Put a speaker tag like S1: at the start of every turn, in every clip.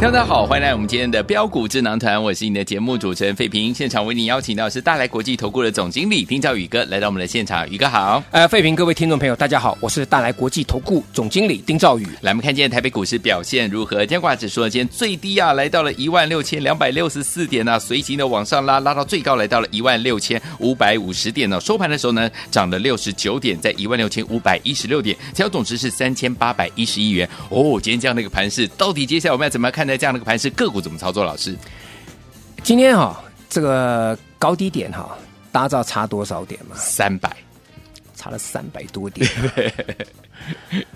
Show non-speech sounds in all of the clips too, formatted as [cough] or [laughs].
S1: 听众大家好，欢迎来我们今天的标股智囊团，我是你的节目主持人费平。现场为您邀请到是大来国际投顾的总经理丁兆宇哥来到我们的现场，宇哥好。
S2: 呃，费评各位听众朋友，大家好，我是大来国际投顾总经理丁兆宇。
S1: 来，我们看今天台北股市表现如何？加挂指数呢，今天最低啊，来到了一万六千两百六十四点呢、啊，随即呢往上拉，拉到最高来到了一万六千五百五十点呢、收盘的时候呢，涨了六十九点，在一万六千五百一十六点，成交总值是三千八百一十一元。哦，今天这样的一个盘势，到底接下来我们要怎么样看待这样的一个盘势？个股怎么操作？老师，
S2: 今天哈、这个高低点哈、大家知道差多少点吗？
S1: 三百，
S2: 差了三百
S1: [laughs]
S2: 多点。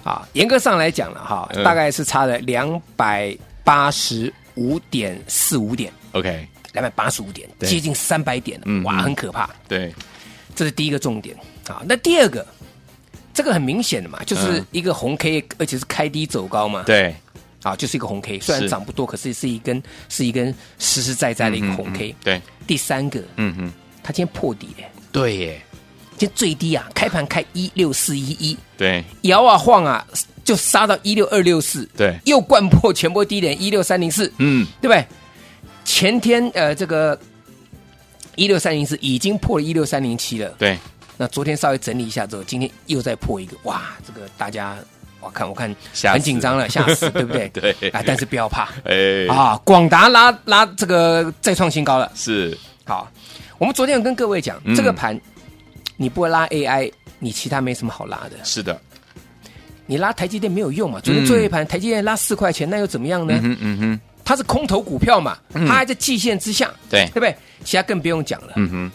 S2: 啊，严格上来讲了哈，
S1: 嗯
S2: 大概是差了两百八十五点四五点，
S1: OK，
S2: 两百八十五点，
S1: 对
S2: 接近三百点了
S1: 嗯
S2: 哇，
S1: 嗯
S2: 很可怕。
S1: 对，
S2: 这是第一个重点啊。那第二个，这个很明显的嘛，就是
S1: 嗯
S2: 一个红 K，、而且是开低走高嘛。
S1: 对，
S2: 啊，就是一个红 K，虽然
S1: 是嗯
S2: 涨不多，可是是一根是一根实实在在的一个红 K。
S1: 对，
S2: 第三个，
S1: 嗯哼，
S2: 它今天破底耶，
S1: 对耶，
S2: 今天最低啊，开盘开一六四一一，
S1: 对
S2: 摇啊晃啊，就杀到一六二六四，
S1: 对
S2: 又灌破前波低点一六三零四，
S1: 嗯，
S2: 对不对？前天呃，这个一六三零四已经破了一六三零七了，
S1: 对，
S2: 那昨天稍微整理一下之后，今天又再破一个，哇，这个大家我看我看
S1: 吓死
S2: 很紧张了，吓死，对不对？
S1: [laughs] 对
S2: 啊，但是不要怕
S1: 哎，
S2: 啊，广达拉拉这个再创新高了。
S1: 是，
S2: 好，我们昨天有跟各位讲，
S1: 嗯
S2: 这个盘你不拉 AI，你其他没什么好拉的，
S1: 是的，
S2: 你拉台积电没有用嘛。昨天最后一盘台积电拉四块钱，那又怎么样呢？
S1: 嗯嗯哼，嗯
S2: 它是空头股票嘛，它还在季线之下，
S1: 对
S2: 对不对？其他更不用讲了。
S1: 嗯哼，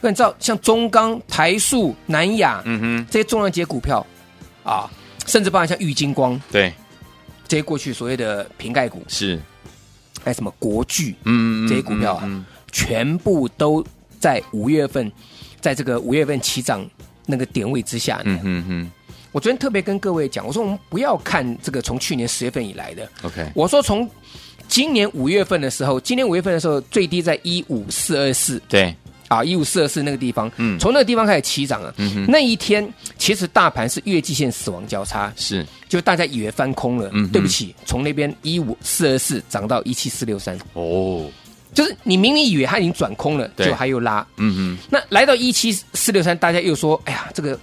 S2: 那你知道像中钢、台塑、南亚，
S1: 嗯哼，
S2: 这些重量级股票啊，甚至包含像玉金光
S1: 对，
S2: 这些过去所谓的瓶盖股，
S1: 是，
S2: 还有什么国巨，
S1: 嗯
S2: 这些股票啊全部都在五月份，在这个五月份起涨那个点位之下呢。
S1: 嗯哼哼
S2: 我昨天特别跟各位讲，我说我们不要看这个从去年十月份以来的，
S1: ，OK，
S2: 我说从今年五月份的时候，今年五月份的时候最低在一五四二四，
S1: 对，
S2: 啊，一五四二四那个地方，
S1: 嗯
S2: 从那个地方开始起涨啊。那一天其实大盘是月季线死亡交叉，
S1: 是，
S2: 就大家以为翻空了，
S1: 嗯哼
S2: 对不起，从那边一五四二四涨到一七四六三，
S1: 哦，
S2: 就是你明明以为它已经转空了，
S1: 对
S2: 就还又拉。
S1: 嗯哼，
S2: 那来到一七四六三，大家又说，哎呀，这个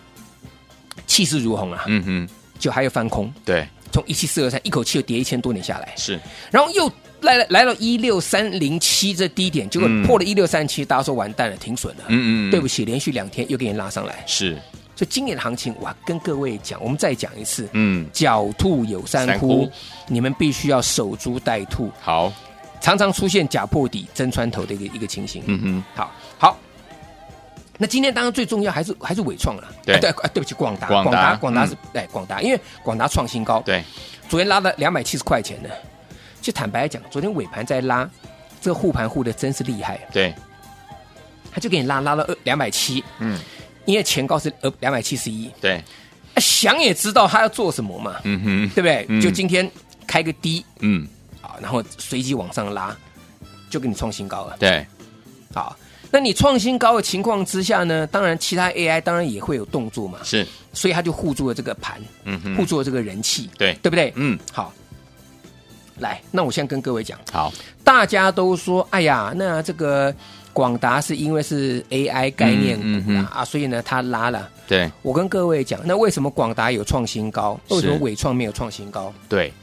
S2: 气势如虹啊，
S1: 嗯哼，
S2: 就还又翻空，
S1: 对，
S2: 从一七四二三一口气又跌一千多点下来，
S1: 是，
S2: 然后又来来到一六三零七这低点，结果
S1: 嗯
S2: 破了一六三七，大家说完蛋了，停损了。
S1: 嗯
S2: 对不起，连续两天又给你拉上来，
S1: 是，
S2: 所以今年的行情，我要跟各位讲，我们再讲一次，
S1: 嗯，
S2: 狡兔有三
S1: 三
S2: 窟
S1: 窟，
S2: 你们必须要守株待兔，
S1: 好，
S2: 常常出现假破底、真穿头的一个一个情形。
S1: 嗯
S2: 好，好。那今天当然最重要还是还是伟创了，
S1: 对
S2: 啊对、啊，对不起，广达，
S1: 广达
S2: 达，广达
S1: 嗯
S2: 是哎，广达，因为广达创新高
S1: 哼，，对，
S2: 昨天拉到两百七十块钱呢。就坦白讲，昨天尾盘在拉，这个护盘护的真是厉害，啊
S1: 对，
S2: 他就给你拉拉到两百七，
S1: 嗯，
S2: 因为前高是呃两百七十一，
S1: 对，
S2: 啊想也知道他要做什么嘛，
S1: 嗯哼，
S2: 对不对？
S1: 嗯
S2: 就今天开个低
S1: 嗯，
S2: 啊，然后随即往上拉，就给你创新高了
S1: 对，
S2: 啊。那你创新高的情况之下呢，当然其他 AI 当然也会有动作嘛，
S1: 是，
S2: 所以他就护住了这个盘，
S1: 嗯
S2: 护
S1: 哼，
S2: 住了这个人气，
S1: 对
S2: 对不对？
S1: 嗯，
S2: 好。来，那我现在跟各位讲，
S1: 好，
S2: 大家都说，哎呀，那这个广达是因为是 AI 概念股
S1: 嗯嗯
S2: 啦、啊，所以呢，它拉了。
S1: 对，
S2: 我跟各位讲，那为什么广达有创新高？
S1: 是
S2: 为什么伟创没有创新高？
S1: 对，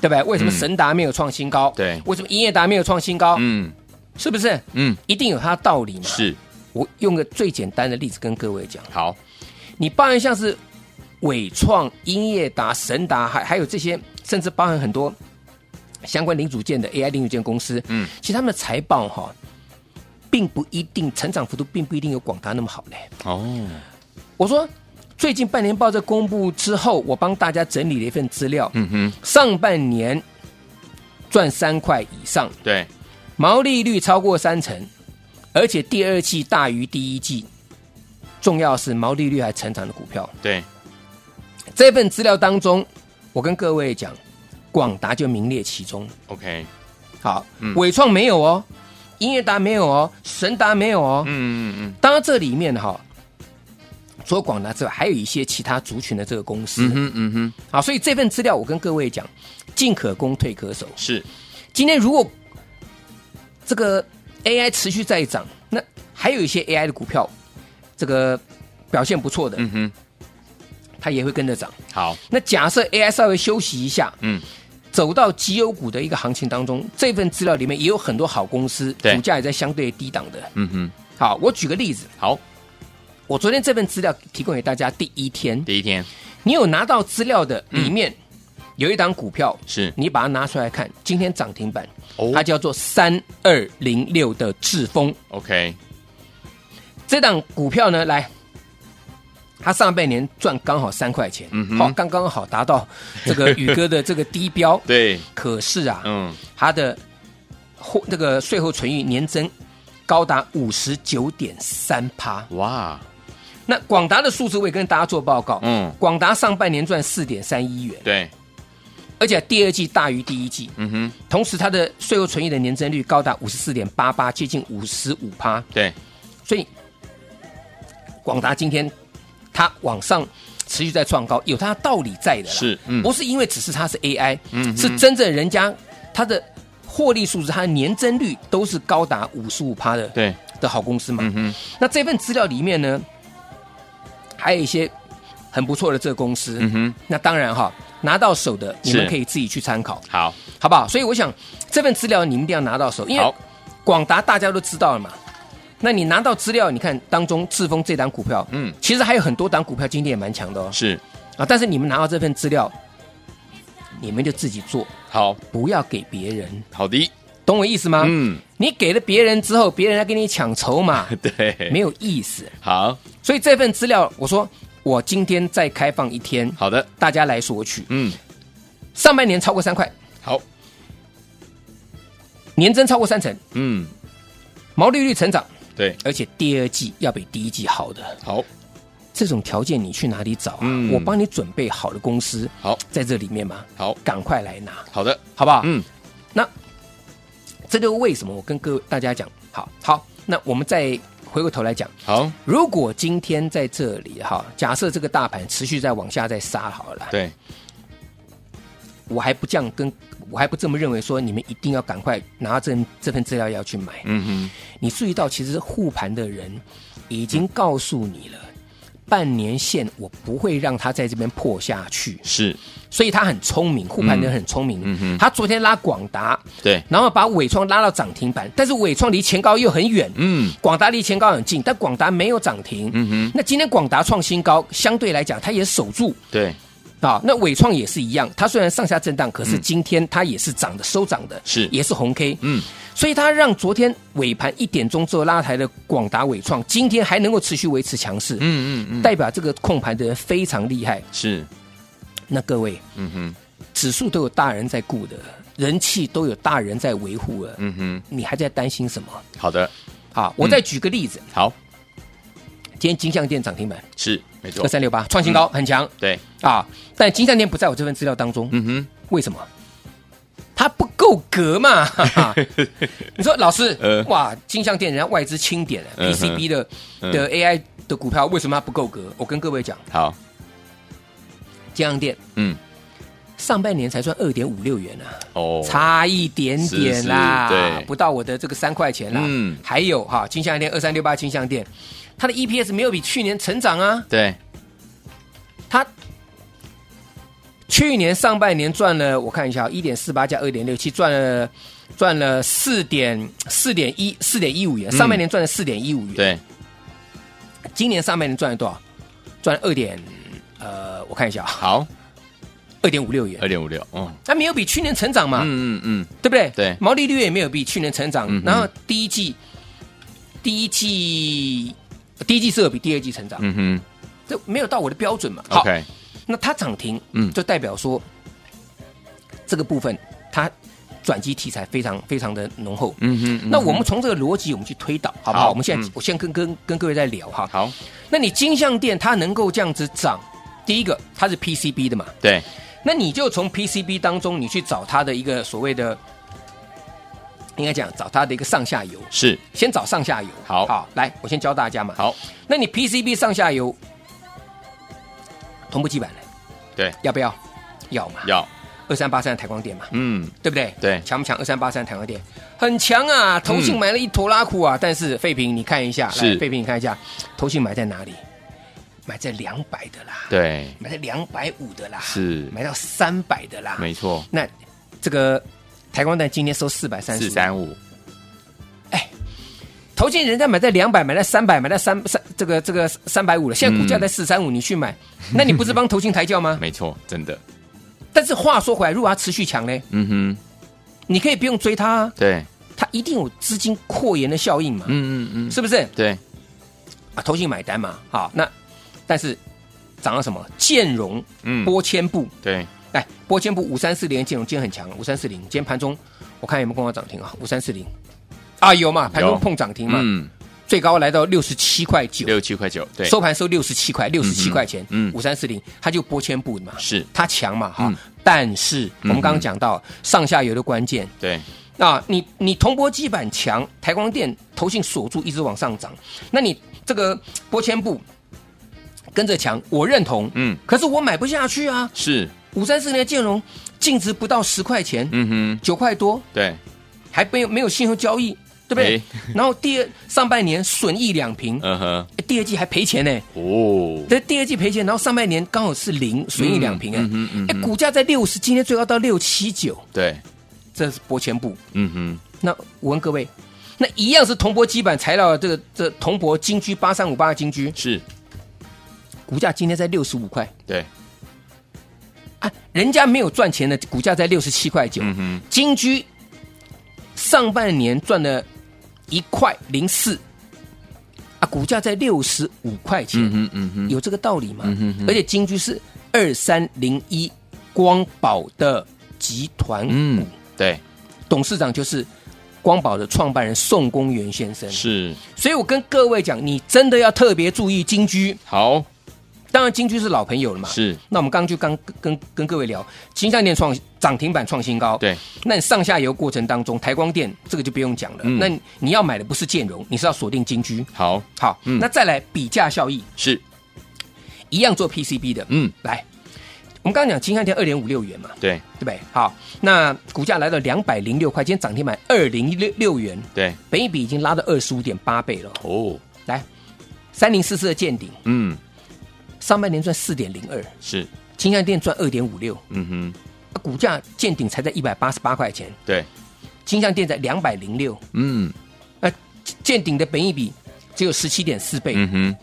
S2: 对不对？为什么神达没有创新高？
S1: 对
S2: 为什么英业达没有创新高？
S1: 嗯
S2: 是不是
S1: 嗯，
S2: 一定有它的道理嘛？
S1: 是，
S2: 我用个最简单的例子跟各位讲，
S1: 好，
S2: 你包含像是伟创、英业达、神达，还还有这些，甚至包含很多相关零组件的 AI 零组件公司，
S1: 嗯，
S2: 其实他们的财报哈、并不一定成长幅度并不一定有广达那么好嘞。
S1: 哦，
S2: 我说最近半年报在公布之后，我帮大家整理了一份资料，
S1: 嗯哼，
S2: 上半年赚三块以上，
S1: 对，
S2: 毛利率超过三成，而且第二季大于第一季。重要的是毛利率还成长的股票，
S1: 对，
S2: 这份资料当中，我跟各位讲，广达就名列其中。
S1: OK，
S2: 好
S1: 嗯，
S2: 伟创没有哦，英业达没有哦，神达没有哦。
S1: 嗯嗯
S2: 当然这里面哈，除了广达之外，还有一些其他族群的这个公司
S1: 嗯，嗯哼嗯哼，
S2: 啊，所以这份资料我跟各位讲，进可攻，退可守。
S1: 是，
S2: 今天如果这个 AI 持续在涨，那还有一些 AI 的股票，这个表现不错的，
S1: 嗯哼，
S2: 它也会跟着涨。
S1: 好，
S2: 那假设 AI 稍微休息一下，
S1: 嗯，
S2: 走到绩优股的一个行情当中，这份资料里面也有很多好公司，
S1: 对
S2: 股价也在相对低档的。
S1: 嗯哼，
S2: 好，我举个例子，
S1: 好，
S2: 我昨天这份资料提供给大家，第一天
S1: 第一天
S2: 你有拿到资料的里面、
S1: 嗯
S2: 有一档股票，
S1: 是
S2: 你把它拿出来看，今天涨停板，
S1: 嗯哦
S2: 它叫做三二零六的智峰。
S1: OK，
S2: 这档股票呢，来，它上半年赚刚好三块钱，
S1: 嗯哼。
S2: 好，刚刚好达到这个宇哥的这个低标
S1: [laughs] 对，
S2: 可是啊，
S1: 嗯，
S2: 它的货那个税后存益年增高达五十九点三趴。
S1: 哇，
S2: 那广达的数字我也跟大家做报告，
S1: 嗯
S2: 广达上半年赚四点三一元，
S1: 对，
S2: 而且第二季大于第一季，
S1: 嗯哼，
S2: 同时它的税后存益的年增率高达五十四点八八，接近五十五趴，
S1: 对，
S2: 所以广达今天它往上。持续在创高，有它的道理在的啦。
S1: 是嗯
S2: 不是因为只是它是 AI，、
S1: 嗯哼
S2: 是真正人家它的获利数字、它的年增率都是高达五十五趴的，
S1: 对，
S2: 的好公司嘛。
S1: 嗯哼，
S2: 那这份资料里面呢，还有一些很不错的这个公司。
S1: 嗯哼，
S2: 那当然哈，拿到手的你们
S1: 是
S2: 可以自己去参考，
S1: 好，
S2: 好不好？所以我想这份资料你们一定要拿到手，因为
S1: 好，
S2: 广达大家都知道了嘛。那你拿到资料，你看当中智峰这档股票，
S1: 嗯，
S2: 其实还有很多档股票今天也蛮强的哦
S1: 是，
S2: 啊。但是你们拿到这份资料，你们就自己做，
S1: 好，
S2: 不要给别人，
S1: 好的，
S2: 懂我意思吗？
S1: 嗯，
S2: 你给了别人之后，别人来跟你抢筹码，
S1: [laughs] [laughs] 对，
S2: 没有意思。
S1: 好，
S2: 所以这份资料，我说我今天再开放一天，
S1: 好的，
S2: 大家来索取。
S1: 嗯，
S2: 上半年超过三块，
S1: 好，
S2: 年增超过三成，
S1: 嗯，
S2: 毛利率成长，
S1: 对，
S2: 而且第二季要比第一季好的。
S1: 好，
S2: 这种条件你去哪里找啊？
S1: 嗯
S2: 我帮你准备好的公司
S1: 好，
S2: 在这里面嘛，
S1: 好，
S2: 赶快来拿，
S1: 好的，
S2: 好不好？
S1: 嗯，
S2: 这就是为什么我跟各位大家讲，好好，那我们再回过头来讲，
S1: 好，
S2: 如果今天在这里哈，假设这个大盘持续在往下再杀好了，
S1: 对，
S2: 我还不这样跟，我还不这么认为说你们一定要赶快拿这这份资料要去买。
S1: 嗯
S2: 你注意到，其实护盘的人已经告诉你了，半年线我不会让它在这边破下去
S1: 哼，，是，
S2: 所以他很聪明，护盘的人很聪明。
S1: 嗯哼
S2: 他昨天拉广达，
S1: 对，
S2: 然后把伟创拉到涨停板，但是伟创离前高又很远，
S1: 嗯，
S2: 广达离前高很近，但广达没有涨停。
S1: 嗯哼，
S2: 那今天广达创新高，相对来讲它也守住，
S1: 对，
S2: 啊，那伟创也是一样，它虽然上下震荡，可是今天它也是涨的，收涨的，
S1: 嗯是
S2: 也是红 K，
S1: 嗯，
S2: 所以它让昨天尾盘一点钟之后拉抬的广达伟创，今天还能够持续维持强势，
S1: 嗯嗯嗯，
S2: 代表这个控盘的人非常厉害。
S1: 是，
S2: 那各位，
S1: 嗯哼，
S2: 指数都有大人在顾的，人气都有大人在维护了，
S1: 嗯哼，
S2: 你还在担心什么？嗯
S1: 好的，
S2: 好，我再举个例子，
S1: 好，
S2: 今天金像店涨停板
S1: 是，没错
S2: 二，三六八创新高，很强
S1: 对，
S2: 啊，但金像店不在我这份资料当中，
S1: 嗯哼，
S2: 为什么？它不够格嘛！
S1: [laughs]
S2: 哈哈你说老师，
S1: 呃
S2: 哇，金像店人家外资清点了
S1: 嗯哼
S2: PCB 的
S1: 嗯
S2: 的 AI 的股票，为什么它不够格？我跟各位讲，
S1: 好，
S2: 金像店
S1: 嗯，
S2: 上半年才赚二点五六元啊，
S1: 哦，，
S2: 差一点点啦，
S1: 是是对
S2: 不到我的这个三块钱啦。
S1: 嗯
S2: 还有哈，金像店二三六八金像店，它的 EPS 没有比去年成长啊，
S1: 对，
S2: 它去年上半年赚了，我看一下，一点四八加二点六七，赚了赚了四点四点一四点一五元，
S1: 嗯
S2: 上半年赚了四点一五元，
S1: 对，
S2: 今年上半年赚了多少？赚了二点呃，我看一下啊，
S1: 好，
S2: 二点五六元
S1: 二，点五六，哦，
S2: 那没有比去年成长嘛，
S1: 嗯嗯嗯，
S2: 对不对？
S1: 对嗯
S2: 毛利率也没有比去年成长，
S1: 嗯哼
S2: 然后第一季第一季，第一季是有比第二季成长，
S1: 嗯哼
S2: 这没有到我的标准嘛。好，
S1: ，OK，
S2: 那它涨停，
S1: 嗯
S2: 嗯，就代表说这个部分它转机题材非常非常的浓厚。
S1: 嗯哼，嗯哼
S2: 那我们从这个逻辑，我们去推导，好不好？
S1: 好
S2: 我们现在、
S1: 嗯
S2: 我先跟跟跟各位在聊哈。
S1: 好，
S2: 那你金像店它能够这样子涨，第一个它是 PCB 的嘛，
S1: 对，
S2: 那你就从 PCB 当中你去找它的一个所谓的，应该讲找它的一个上下游，
S1: 是
S2: 先找上下游。
S1: 好
S2: 好，来，我先教大家嘛。，
S1: 好，
S2: 那你 PCB 上下游同步基板了，
S1: 对，
S2: 要不要？要嘛，
S1: 要，
S2: 二三八三的台光电嘛，
S1: 嗯，
S2: 对不对？
S1: 对
S2: 强不强？二三八三台光电很强啊，投信
S1: 嗯
S2: 买了一坨拉苦啊，但是废品你看一下，
S1: 是
S2: 来废品你看一下，投信买在哪里？买在两百的啦，，
S1: 对，
S2: 买在两百五的啦，
S1: 是
S2: 买到三百的啦，
S1: 没错，
S2: 那这个台光蛋今天收四百三
S1: 四
S2: 十，
S1: 三五，
S2: 投进人家买在两百，买在三百，买在三三这个这个三百五了，现在股价
S1: 嗯
S2: 在四三五，你去买，那你不是帮投信抬
S1: [laughs]
S2: 轿吗？
S1: 没错，真的，
S2: 但是话说回来，如果它持续强嘞，
S1: 嗯哼，
S2: 你可以不用追它、啊，
S1: 对，
S2: 它一定有资金扩延的效应嘛，
S1: 嗯嗯嗯，
S2: 是不是？
S1: 对，
S2: 啊，投信买单嘛，好，那但是涨到什么？建融
S1: 嗯，
S2: 波千步，
S1: 对，
S2: 哎，波千步五三四零建融今天很强，五三四零今天盘中我看有没有跟我涨停啊？五三四零啊有嘛，盘
S1: 有
S2: 中碰涨停嘛，
S1: 嗯，
S2: 最高来到六十七块九，
S1: 六七块九，对，
S2: 收盘收六十七块，六十
S1: 嗯
S2: 七
S1: 哼
S2: 块钱，
S1: 嗯
S2: 五三四零，它就拨千步嘛，
S1: 是，
S2: 它强嘛哈
S1: 嗯。
S2: 但是我们刚刚讲到上下游的关键
S1: 对，
S2: 啊，你你铜箔基板强，台光电投信锁住一直往上涨，那你这个拨千步跟着强，我认同，
S1: 嗯，
S2: 可是我买不下去啊，
S1: 是，
S2: 五三四零的建融净值不到十块钱，
S1: 嗯哼，
S2: 九块多，
S1: 对，
S2: 还没有没有信用交易，对不对
S1: 哎？
S2: 然后第二上半年损益两平，
S1: 嗯哼，
S2: 哎第二季还赔钱呢。
S1: 哦，
S2: 这第二季赔钱，然后上半年刚好是零，损益两平哎、
S1: 嗯哼嗯
S2: 哎、
S1: 哼
S2: 股价在六十，今天最高到六七九，
S1: 对，
S2: 这是博前部。
S1: 嗯哼，
S2: 那我问各位，那一样是铜箔基板材料的这个这铜箔金居八三五八的金居，
S1: 是，
S2: 股价今天在六十五块
S1: 对，
S2: 啊，人家没有赚钱的，股价在六十七块九、
S1: 嗯哼，
S2: 金居上半年赚了一块零四啊，股价在六十五块钱。
S1: 嗯哼，嗯哼，
S2: 有这个道理吗？
S1: 嗯哼哼
S2: 而且金居是二三零一光宝的集团股，
S1: 嗯，对，
S2: 董事长就是光宝的创办人宋公元先生。
S1: 是，
S2: 所以我跟各位讲，你真的要特别注意金居。
S1: 好，
S2: 啊当然，金居是老朋友了嘛。
S1: 是，
S2: 那我们刚刚就刚跟跟各位聊，金像店创涨停板创新高，。
S1: 对，
S2: 那你上下游过程当中，台光电这个就不用讲了。
S1: 嗯
S2: 那你你要买的不是建融，你是要锁定金居。
S1: 好，
S2: 好，
S1: 嗯
S2: 那再来比价效益，
S1: 是，
S2: 一样做 PCB 的，
S1: 嗯，
S2: 来，我们刚刚讲金汉天二点五六元嘛，
S1: 对，
S2: 对不对？好，那股价来到两百零六块，今天涨停板二零六六元，
S1: 对，
S2: 本一比已经拉到二十五点八倍了。
S1: 哦，
S2: 来，三零四四的见顶，
S1: 嗯，
S2: 上半年赚四点零二，
S1: 是，
S2: 金汉店赚二点五六，
S1: 嗯哼，
S2: 股价见顶才在一百八十八块钱，
S1: 对，
S2: 金像店在两百零六，
S1: 嗯，
S2: 那见顶的本一比只有十七点四倍，
S1: 嗯哼，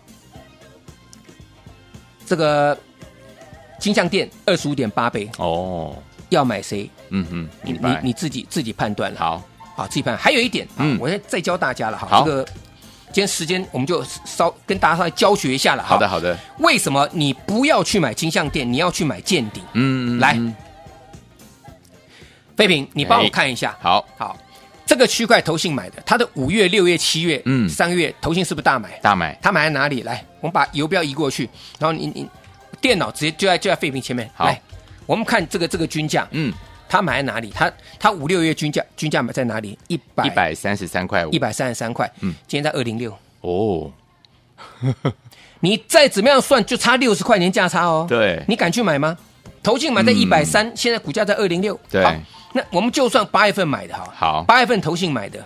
S2: 这个金像店二十五点八倍，
S1: 哦，
S2: 要买谁？
S1: 嗯哼，
S2: 你
S1: 明
S2: 你
S1: 白，
S2: 你自己自己判断了。
S1: 好，
S2: 好，啊自己判。还有一点，
S1: 嗯
S2: 嗯，我再再教大家了哈。
S1: 好
S2: 这个今天时间我们就稍跟大家稍微教学一下了哈。
S1: 好的，好的，
S2: 为什么你不要去买金像店，你要去买见顶？
S1: 嗯，嗯
S2: 来
S1: 嗯
S2: 废品，你帮
S1: 哎
S2: 我看一下。
S1: 好，
S2: 好，这个区块投信买的，它的五月、六月、七月、
S1: 嗯
S2: 嗯，三月投信是不是大买？
S1: 大买，
S2: 它买在哪里？来，我们把游标移过去，然后你你电脑直接就在就在废品前面。
S1: 好
S2: 来，我们看这个这个均价，
S1: 嗯，
S2: 它买在哪里？它它五六月均价均价买在哪里？一百
S1: 一百三十三块五
S2: 一，百三十三块，
S1: 嗯
S2: 嗯，今天在二零六。
S1: 哦，
S2: 你再怎么样算，就差六十块钱价差哦。
S1: 对
S2: 你敢去买吗？投信买在一
S1: 嗯
S2: 百三，现在股价在二零六。
S1: 对
S2: 好，那我们就算八月份买的哈，
S1: 好
S2: 八月份投信买的，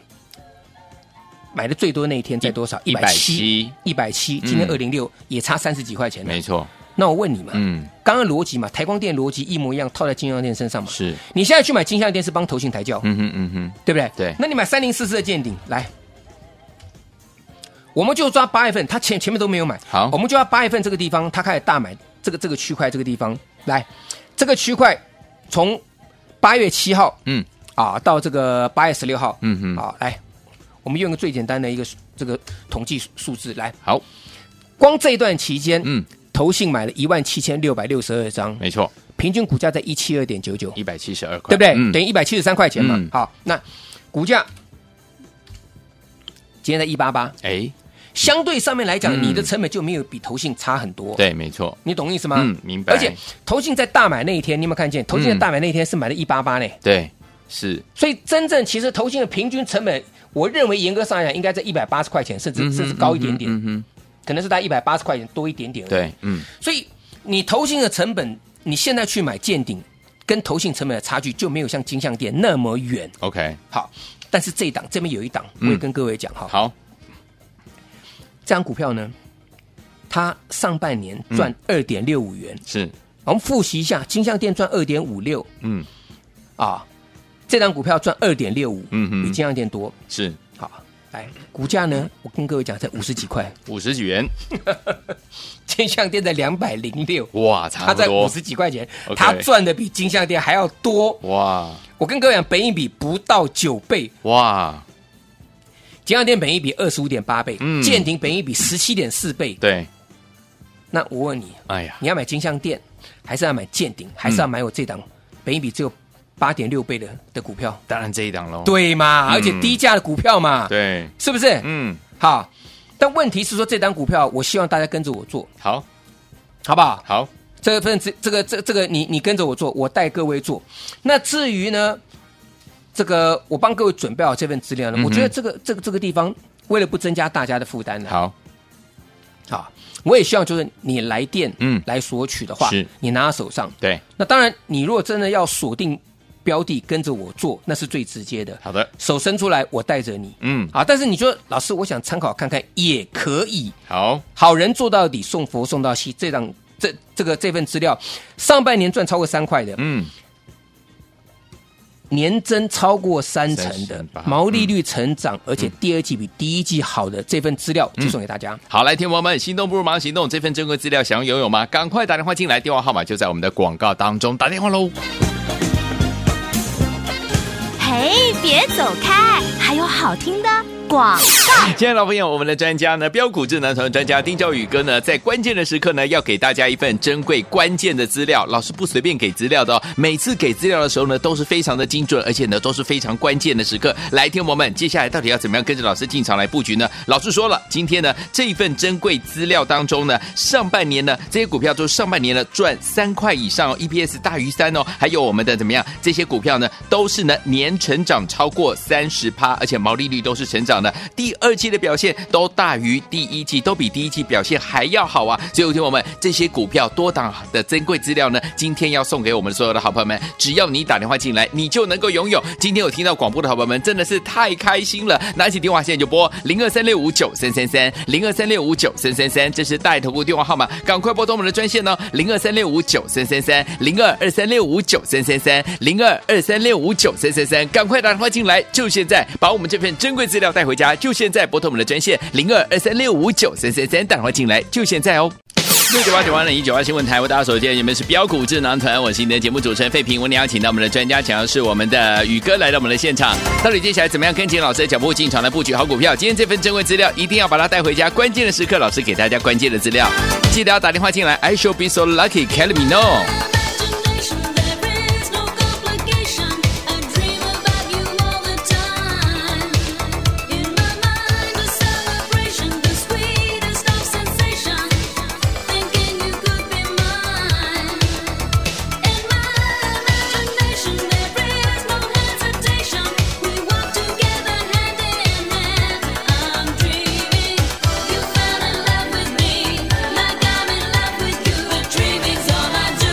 S2: 买的最多那一天在多少？
S1: 一
S2: 170，
S1: 七，
S2: 一百七，今天二
S1: 嗯
S2: 零六也差三十几块钱呢
S1: 没。错，
S2: 那我问你嘛，
S1: 嗯，
S2: 刚刚逻辑嘛，台光电逻辑一模一样，套在金像电身上嘛。
S1: 是，
S2: 你现在去买金像电是帮投信抬轿，
S1: 嗯哼，嗯哼，
S2: 对不对？
S1: 对
S2: 那你买三零四四的见顶来，我们就抓八月份，他前前面都没有买，
S1: 好
S2: 我们就要八月份这个地方，他开始大买这个这个区块这个地方来，这个区块从八月七号
S1: 嗯，
S2: 啊到这个八月十六号，
S1: 嗯哼
S2: 好来，我我们用一个最简单的一个这个统计数字来，
S1: 好，
S2: 光这一段期间，
S1: 嗯，
S2: 投信买了一万七千六百六十二张，
S1: 没错，
S2: 平均股价在一七二点九九，
S1: 一百七十二块，
S2: 对不对？
S1: 嗯
S2: 等于一百七十三块钱嘛。
S1: 嗯
S2: 好，那股价今天在一八八，
S1: 哎，
S2: 相对上面来讲，
S1: 嗯
S2: 你的成本就没有比投信差很多。，
S1: 对，没错，
S2: 你懂意思吗？
S1: 嗯，明白，
S2: 而且投信在大买那一天，你有没有看见？投信在
S1: 嗯
S2: 大买那一天是买了一八八呢，
S1: 对是，
S2: 所以真正其实投信的平均成本，我认为严格上来讲应该在一百八十块钱，甚至、
S1: 嗯哼
S2: 甚至高一点点，
S1: 嗯哼，嗯
S2: 可能是在一百八十块钱多一点点。
S1: 哼，对，嗯，
S2: 所以你投信的成本，你现在去买见顶，跟投信成本的差距就没有像金项店那么远。
S1: OK，
S2: 好，但是这一档这边有一档，我
S1: 嗯
S2: 也跟各位讲哈，
S1: 好，
S2: 这张股票呢，它上半年
S1: 嗯
S2: 赚二点六五元，
S1: 是，
S2: 我们复习一下，金项店赚二点五六
S1: 嗯，
S2: 啊，这张股票赚二点六五，
S1: 嗯哼
S2: 比金项店多。
S1: 是
S2: 好，来，股价呢，我跟各位讲，才五十几块， [laughs]
S1: 五十几元，
S2: 金项店在两百零六。
S1: 哇，
S2: 它
S1: 差不
S2: 在五
S1: 多，
S2: 十几块钱，
S1: OK
S2: 它赚的比金项店还要多。
S1: 哇
S2: 我跟各位讲，本益比不到九倍，
S1: 哇，
S2: 金项店本益比二十五点八倍，
S1: 嗯
S2: 建鼎本益比十七点四倍。
S1: 对，
S2: 那我问你，
S1: 哎呀，
S2: 你要买金项店，还是要买建鼎，还是要买我这档本益比只有八点六倍的的股票？
S1: 当然这一档喽，
S2: 对嘛？
S1: 嗯
S2: 而且低价的股票嘛，
S1: 对，
S2: 是不是？
S1: 嗯，
S2: 好，但问题是说这档股票，我希望大家跟着我做，
S1: 好，
S2: 好不好？
S1: 好，
S2: 这份这这个这这个你你跟着我做，我带各位做。那至于呢，这个我帮各位准备好这份资料呢，
S1: 嗯哼
S2: 我觉得这个这个这个地方，为了不增加大家的负担呢，
S1: 好，
S2: 好，我也希望就是你来电，
S1: 嗯
S2: 嗯，来索取的话
S1: 是，
S2: 你拿到手上。
S1: 对，
S2: 那当然，你如果真的要锁定标的，跟着我做，那是最直接的。
S1: 好的，
S2: 手伸出来，我带着你。
S1: 嗯，
S2: 啊，但是你说老师，我想参考看看也可以。
S1: 好，
S2: 好人做到底，送佛送到西。这档这这个这份资料，上半年赚超过三块的，
S1: 嗯，
S2: 年增超过三成的
S1: 38，
S2: 毛利率成
S1: 嗯
S2: 长，而且第二季比第一季好的这份资料就送给大家。
S1: 好，来，听众朋友们，心动不如马上行动，这份珍贵资料想要拥有吗？赶快打电话进来，电话号码就在我们的广告当中，打电话喽。
S3: 嘿，别走开，还有好听的广。
S1: 亲爱的老朋友，我们的专家呢，标股智能团专家丁兆宇哥呢，在关键的时刻呢，要给大家一份珍贵关键的资料。老师不随便给资料的哦，每次给资料的时候呢，都是非常的精准，而且呢，都是非常关键的时刻。来，听我们，接下来到底要怎么样跟着老师进场来布局呢？老师说了，今天呢，这一份珍贵资料当中呢，上半年呢，这些股票都是上半年呢赚三块以上哦，EPS 大于三哦，还有我们的怎么样，这些股票呢，都是呢年成长超过三十趴，而且毛利率都是成长的。第二季的表现都大于第一季，都比第一季表现还要好啊！所以，有听我们这些股票多档的珍贵资料呢，今天要送给我们所有的好朋友们。只要你打电话进来，你就能够拥有。今天有听到广播的好朋友们，真的是太开心了！拿起电话现在就拨零二三六五九三三三零二三六五九三三三，这是带头部电话号码，赶快拨通我们的专线哦，零二三六五九三三三零二二三六五九三三三零二二三六五九三三三，赶快打电话进来，就现在把我们这份珍贵资料带回家，就现在拨通我们的专线零二二三六五九三三三，打电话进来，就现在哦。六九八九八零一九八新闻台为大家所见，你们是标股智囊团，我是你的节目主持人费平。我们邀请到我们的专家，讲的是我们的宇哥来到我们的现场。到底接下来怎么样跟紧老师的脚步进场来布局好股票？今天这份珍贵资料一定要把它带回家，关键的时刻老师给大家关键的资料，记得要打电话进来。I shall be so lucky, c a l me know。
S4: Imagination, there is no complication. I dream about you all the time. In my mind, a celebration, the sweetest of sensation. Thinking you could be mine. In my imagination, there is no hesitation. We walk together hand in hand. I'm dreaming you fell in love with me, like I'm in love with you. Dreaming's all I do.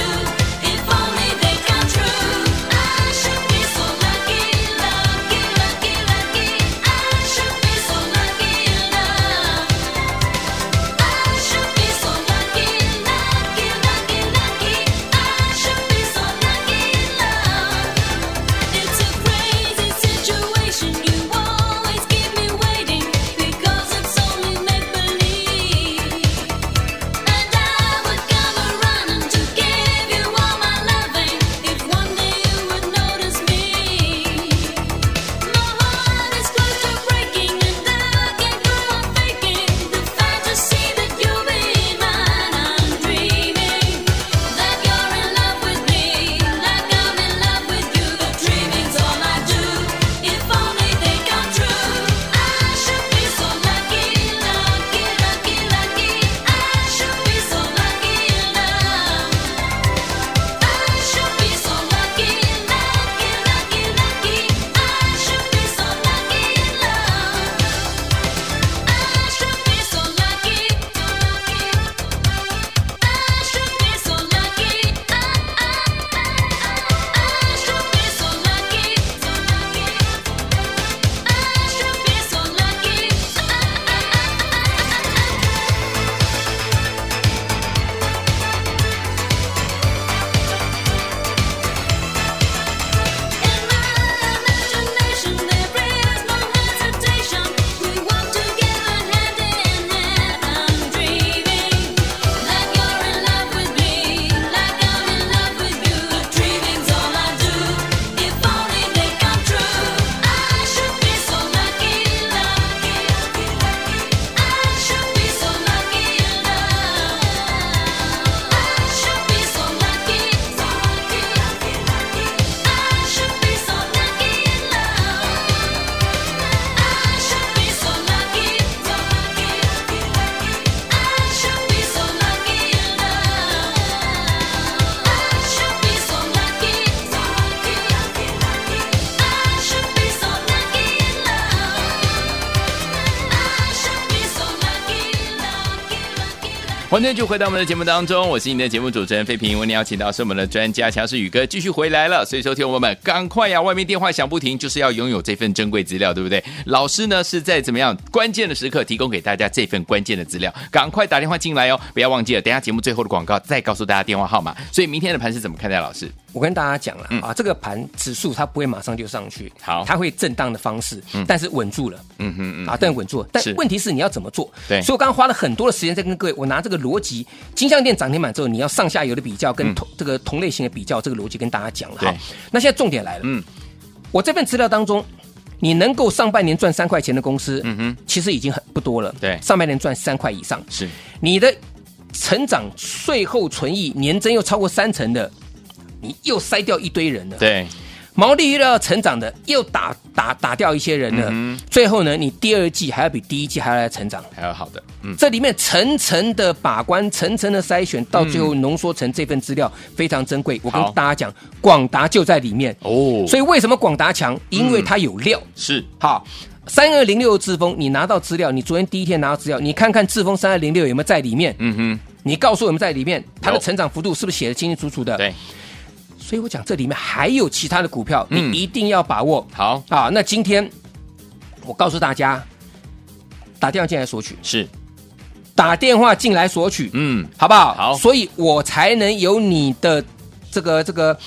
S1: 欢迎就回到我们的节目当中，我是你的节目主持人费平。为您邀请到是我们的专家强势宇哥继续回来了，所以说听我们赶快呀、外面电话响不停，就是要拥有这份珍贵资料，对不对？老师呢是在怎么样关键的时刻提供给大家这份关键的资料，赶快打电话进来哦，不要忘记了，等一下节目最后的广告再告诉大家电话号码。所以明天的盘是怎么看待？老师，
S2: 我跟大家讲了、
S1: 嗯
S2: 啊，这个盘指数它不会马上就上去，
S1: 好
S2: 它会震荡的方式，但是稳住了，
S1: 嗯哼嗯，
S2: 啊，但稳住了。但
S1: 是
S2: 问题是你要怎么做？
S1: 对
S2: 所以我刚刚花了很多的时间在跟各位，我拿这个逻辑，金项店涨停板之后，你要上下游的比较，跟同、这个同类型的比较，这个逻辑跟大家讲了。
S1: 嗯对
S2: 好，那现在重点来了，
S1: 嗯，
S2: 我这份资料当中。你能够上半年赚三块钱的公司，
S1: 嗯哼，
S2: 其实已经很不多了。
S1: 对
S2: 上半年赚三块以上，
S1: 是
S2: 你的成长税后存益年增又超过三成的，你又筛掉一堆人了。
S1: 对，
S2: 毛利率要成长的，又打打打掉一些人了。
S1: 嗯哼
S2: 最后呢，你第二季还要比第一季还要来成长。
S1: 还有好的，嗯，
S2: 这里面层层的把关，层层的筛选，到最后浓缩成这份资料非常珍贵。我跟
S1: 好
S2: 大家讲，广达就在里面。
S1: 哦嗯
S2: 所以为什么广达强？因为它有料。
S1: 是
S2: 好，三二零六志峰，你拿到资料，你昨天第一天拿到资料，你看看志峰三二零六有没有在里面？
S1: 嗯哼，
S2: 你告诉我们在里面它的
S1: 有
S2: 成长幅度是不是写的清清楚楚的？
S1: 对，
S2: 所以我讲这里面还有其他的股票，
S1: 嗯
S2: 你一定要把握。
S1: 好
S2: 啊，那今天我告诉大家，打电话进来索取，
S1: [laughs] 是，
S2: 打电话进来索取，
S1: 嗯，
S2: 好不好？
S1: 好
S2: 所以我才能有你的这个这个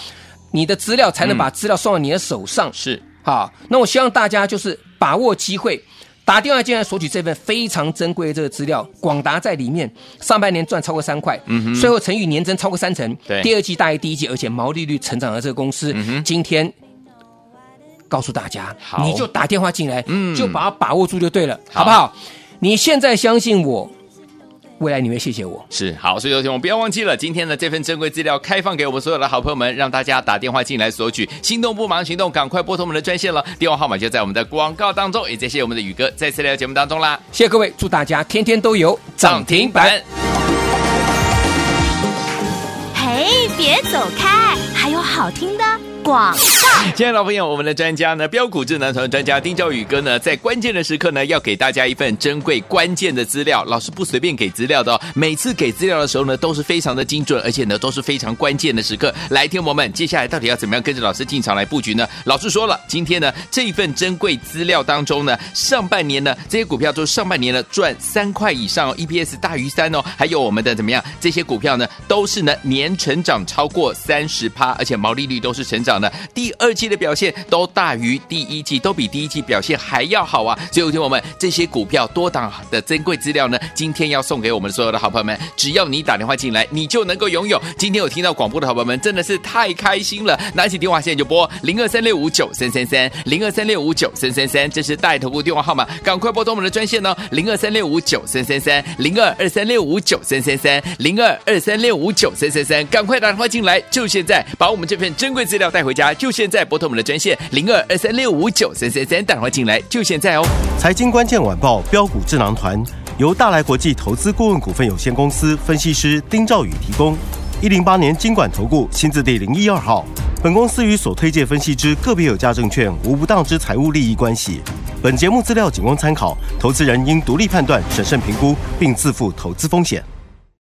S2: 你的资料，才能
S1: 嗯
S2: 把资料送到你的手上。
S1: 是
S2: 好，那我希望大家就是把握机会。打电话进来索取这份非常珍贵的这个资料，广达在里面上半年赚超过三块，嗯、税后乘以年增超过三成，
S1: 对嗯
S2: 第二季大于第一季，而且毛利率成长的这个公司，
S1: 哼
S2: 今天告诉大家，
S1: 好
S2: 你就打电话进来，
S1: 嗯
S2: 就把它把握住就对了，
S1: 好
S2: 好不好？你现在相信我，未来你会谢谢我。
S1: 是好，所以有请我们不要忘记了，今天的这份珍贵资料开放给我们所有的好朋友们，让大家打电话进来索取。心动不忙行动，赶快拨通我们的专线了，电话号码就在我们的广告当中。也谢谢我们的宇哥再次来到节目当中啦，
S2: 谢谢各位，祝大家天天都有涨停板。。
S3: 嘿，别走开，还有好听的广。
S1: 亲爱的老朋友，我们的专家呢，标股智能团专家丁兆宇哥呢，在关键的时刻呢，要给大家一份珍贵关键的资料。老师不随便给资料的哦，每次给资料的时候呢，都是非常的精准，而且呢，都是非常关键的时刻。来，听我们，接下来到底要怎么样跟着老师进场来布局呢？老师说了，今天呢，这一份珍贵资料当中呢，上半年呢，这些股票都上半年呢赚三块以上、哦、，EPS 大于三哦，还有我们的怎么样，这些股票呢，都是呢年成长超过三十趴，而且毛利率都是成长的。第二季的表现都大于第一季，都比第一季表现还要好啊！所以，有听我们这些股票多档的珍贵资料呢，今天要送给我们所有的好朋友们。只要你打电话进来，你就能够拥有。今天有听到广播的好朋友们，真的是太开心了！拿起电话线就拨零二三六五九三三三零二三六五九三三三，这是带头部电话号码，赶快拨通我们的专线哦，零二三六五九三三三零二二三六五九三三三零二二三六五九三三三，赶快打电话进来，就现在把我们这份珍贵资料带回家，就现在拨通我们的专线零二二三六五九三三三，打电话进来，就现在哦。
S5: 财经关键晚报标股智囊团由大来国际投资顾问股份有限公司分析师丁兆宇提供。一零八年经管投顾新字第零一二号。本公司与所推介分析之个别有价证券无不当之财务利益关系。本节目资料仅供参考，投资人应独立判断、审慎评估，并自负投资风险。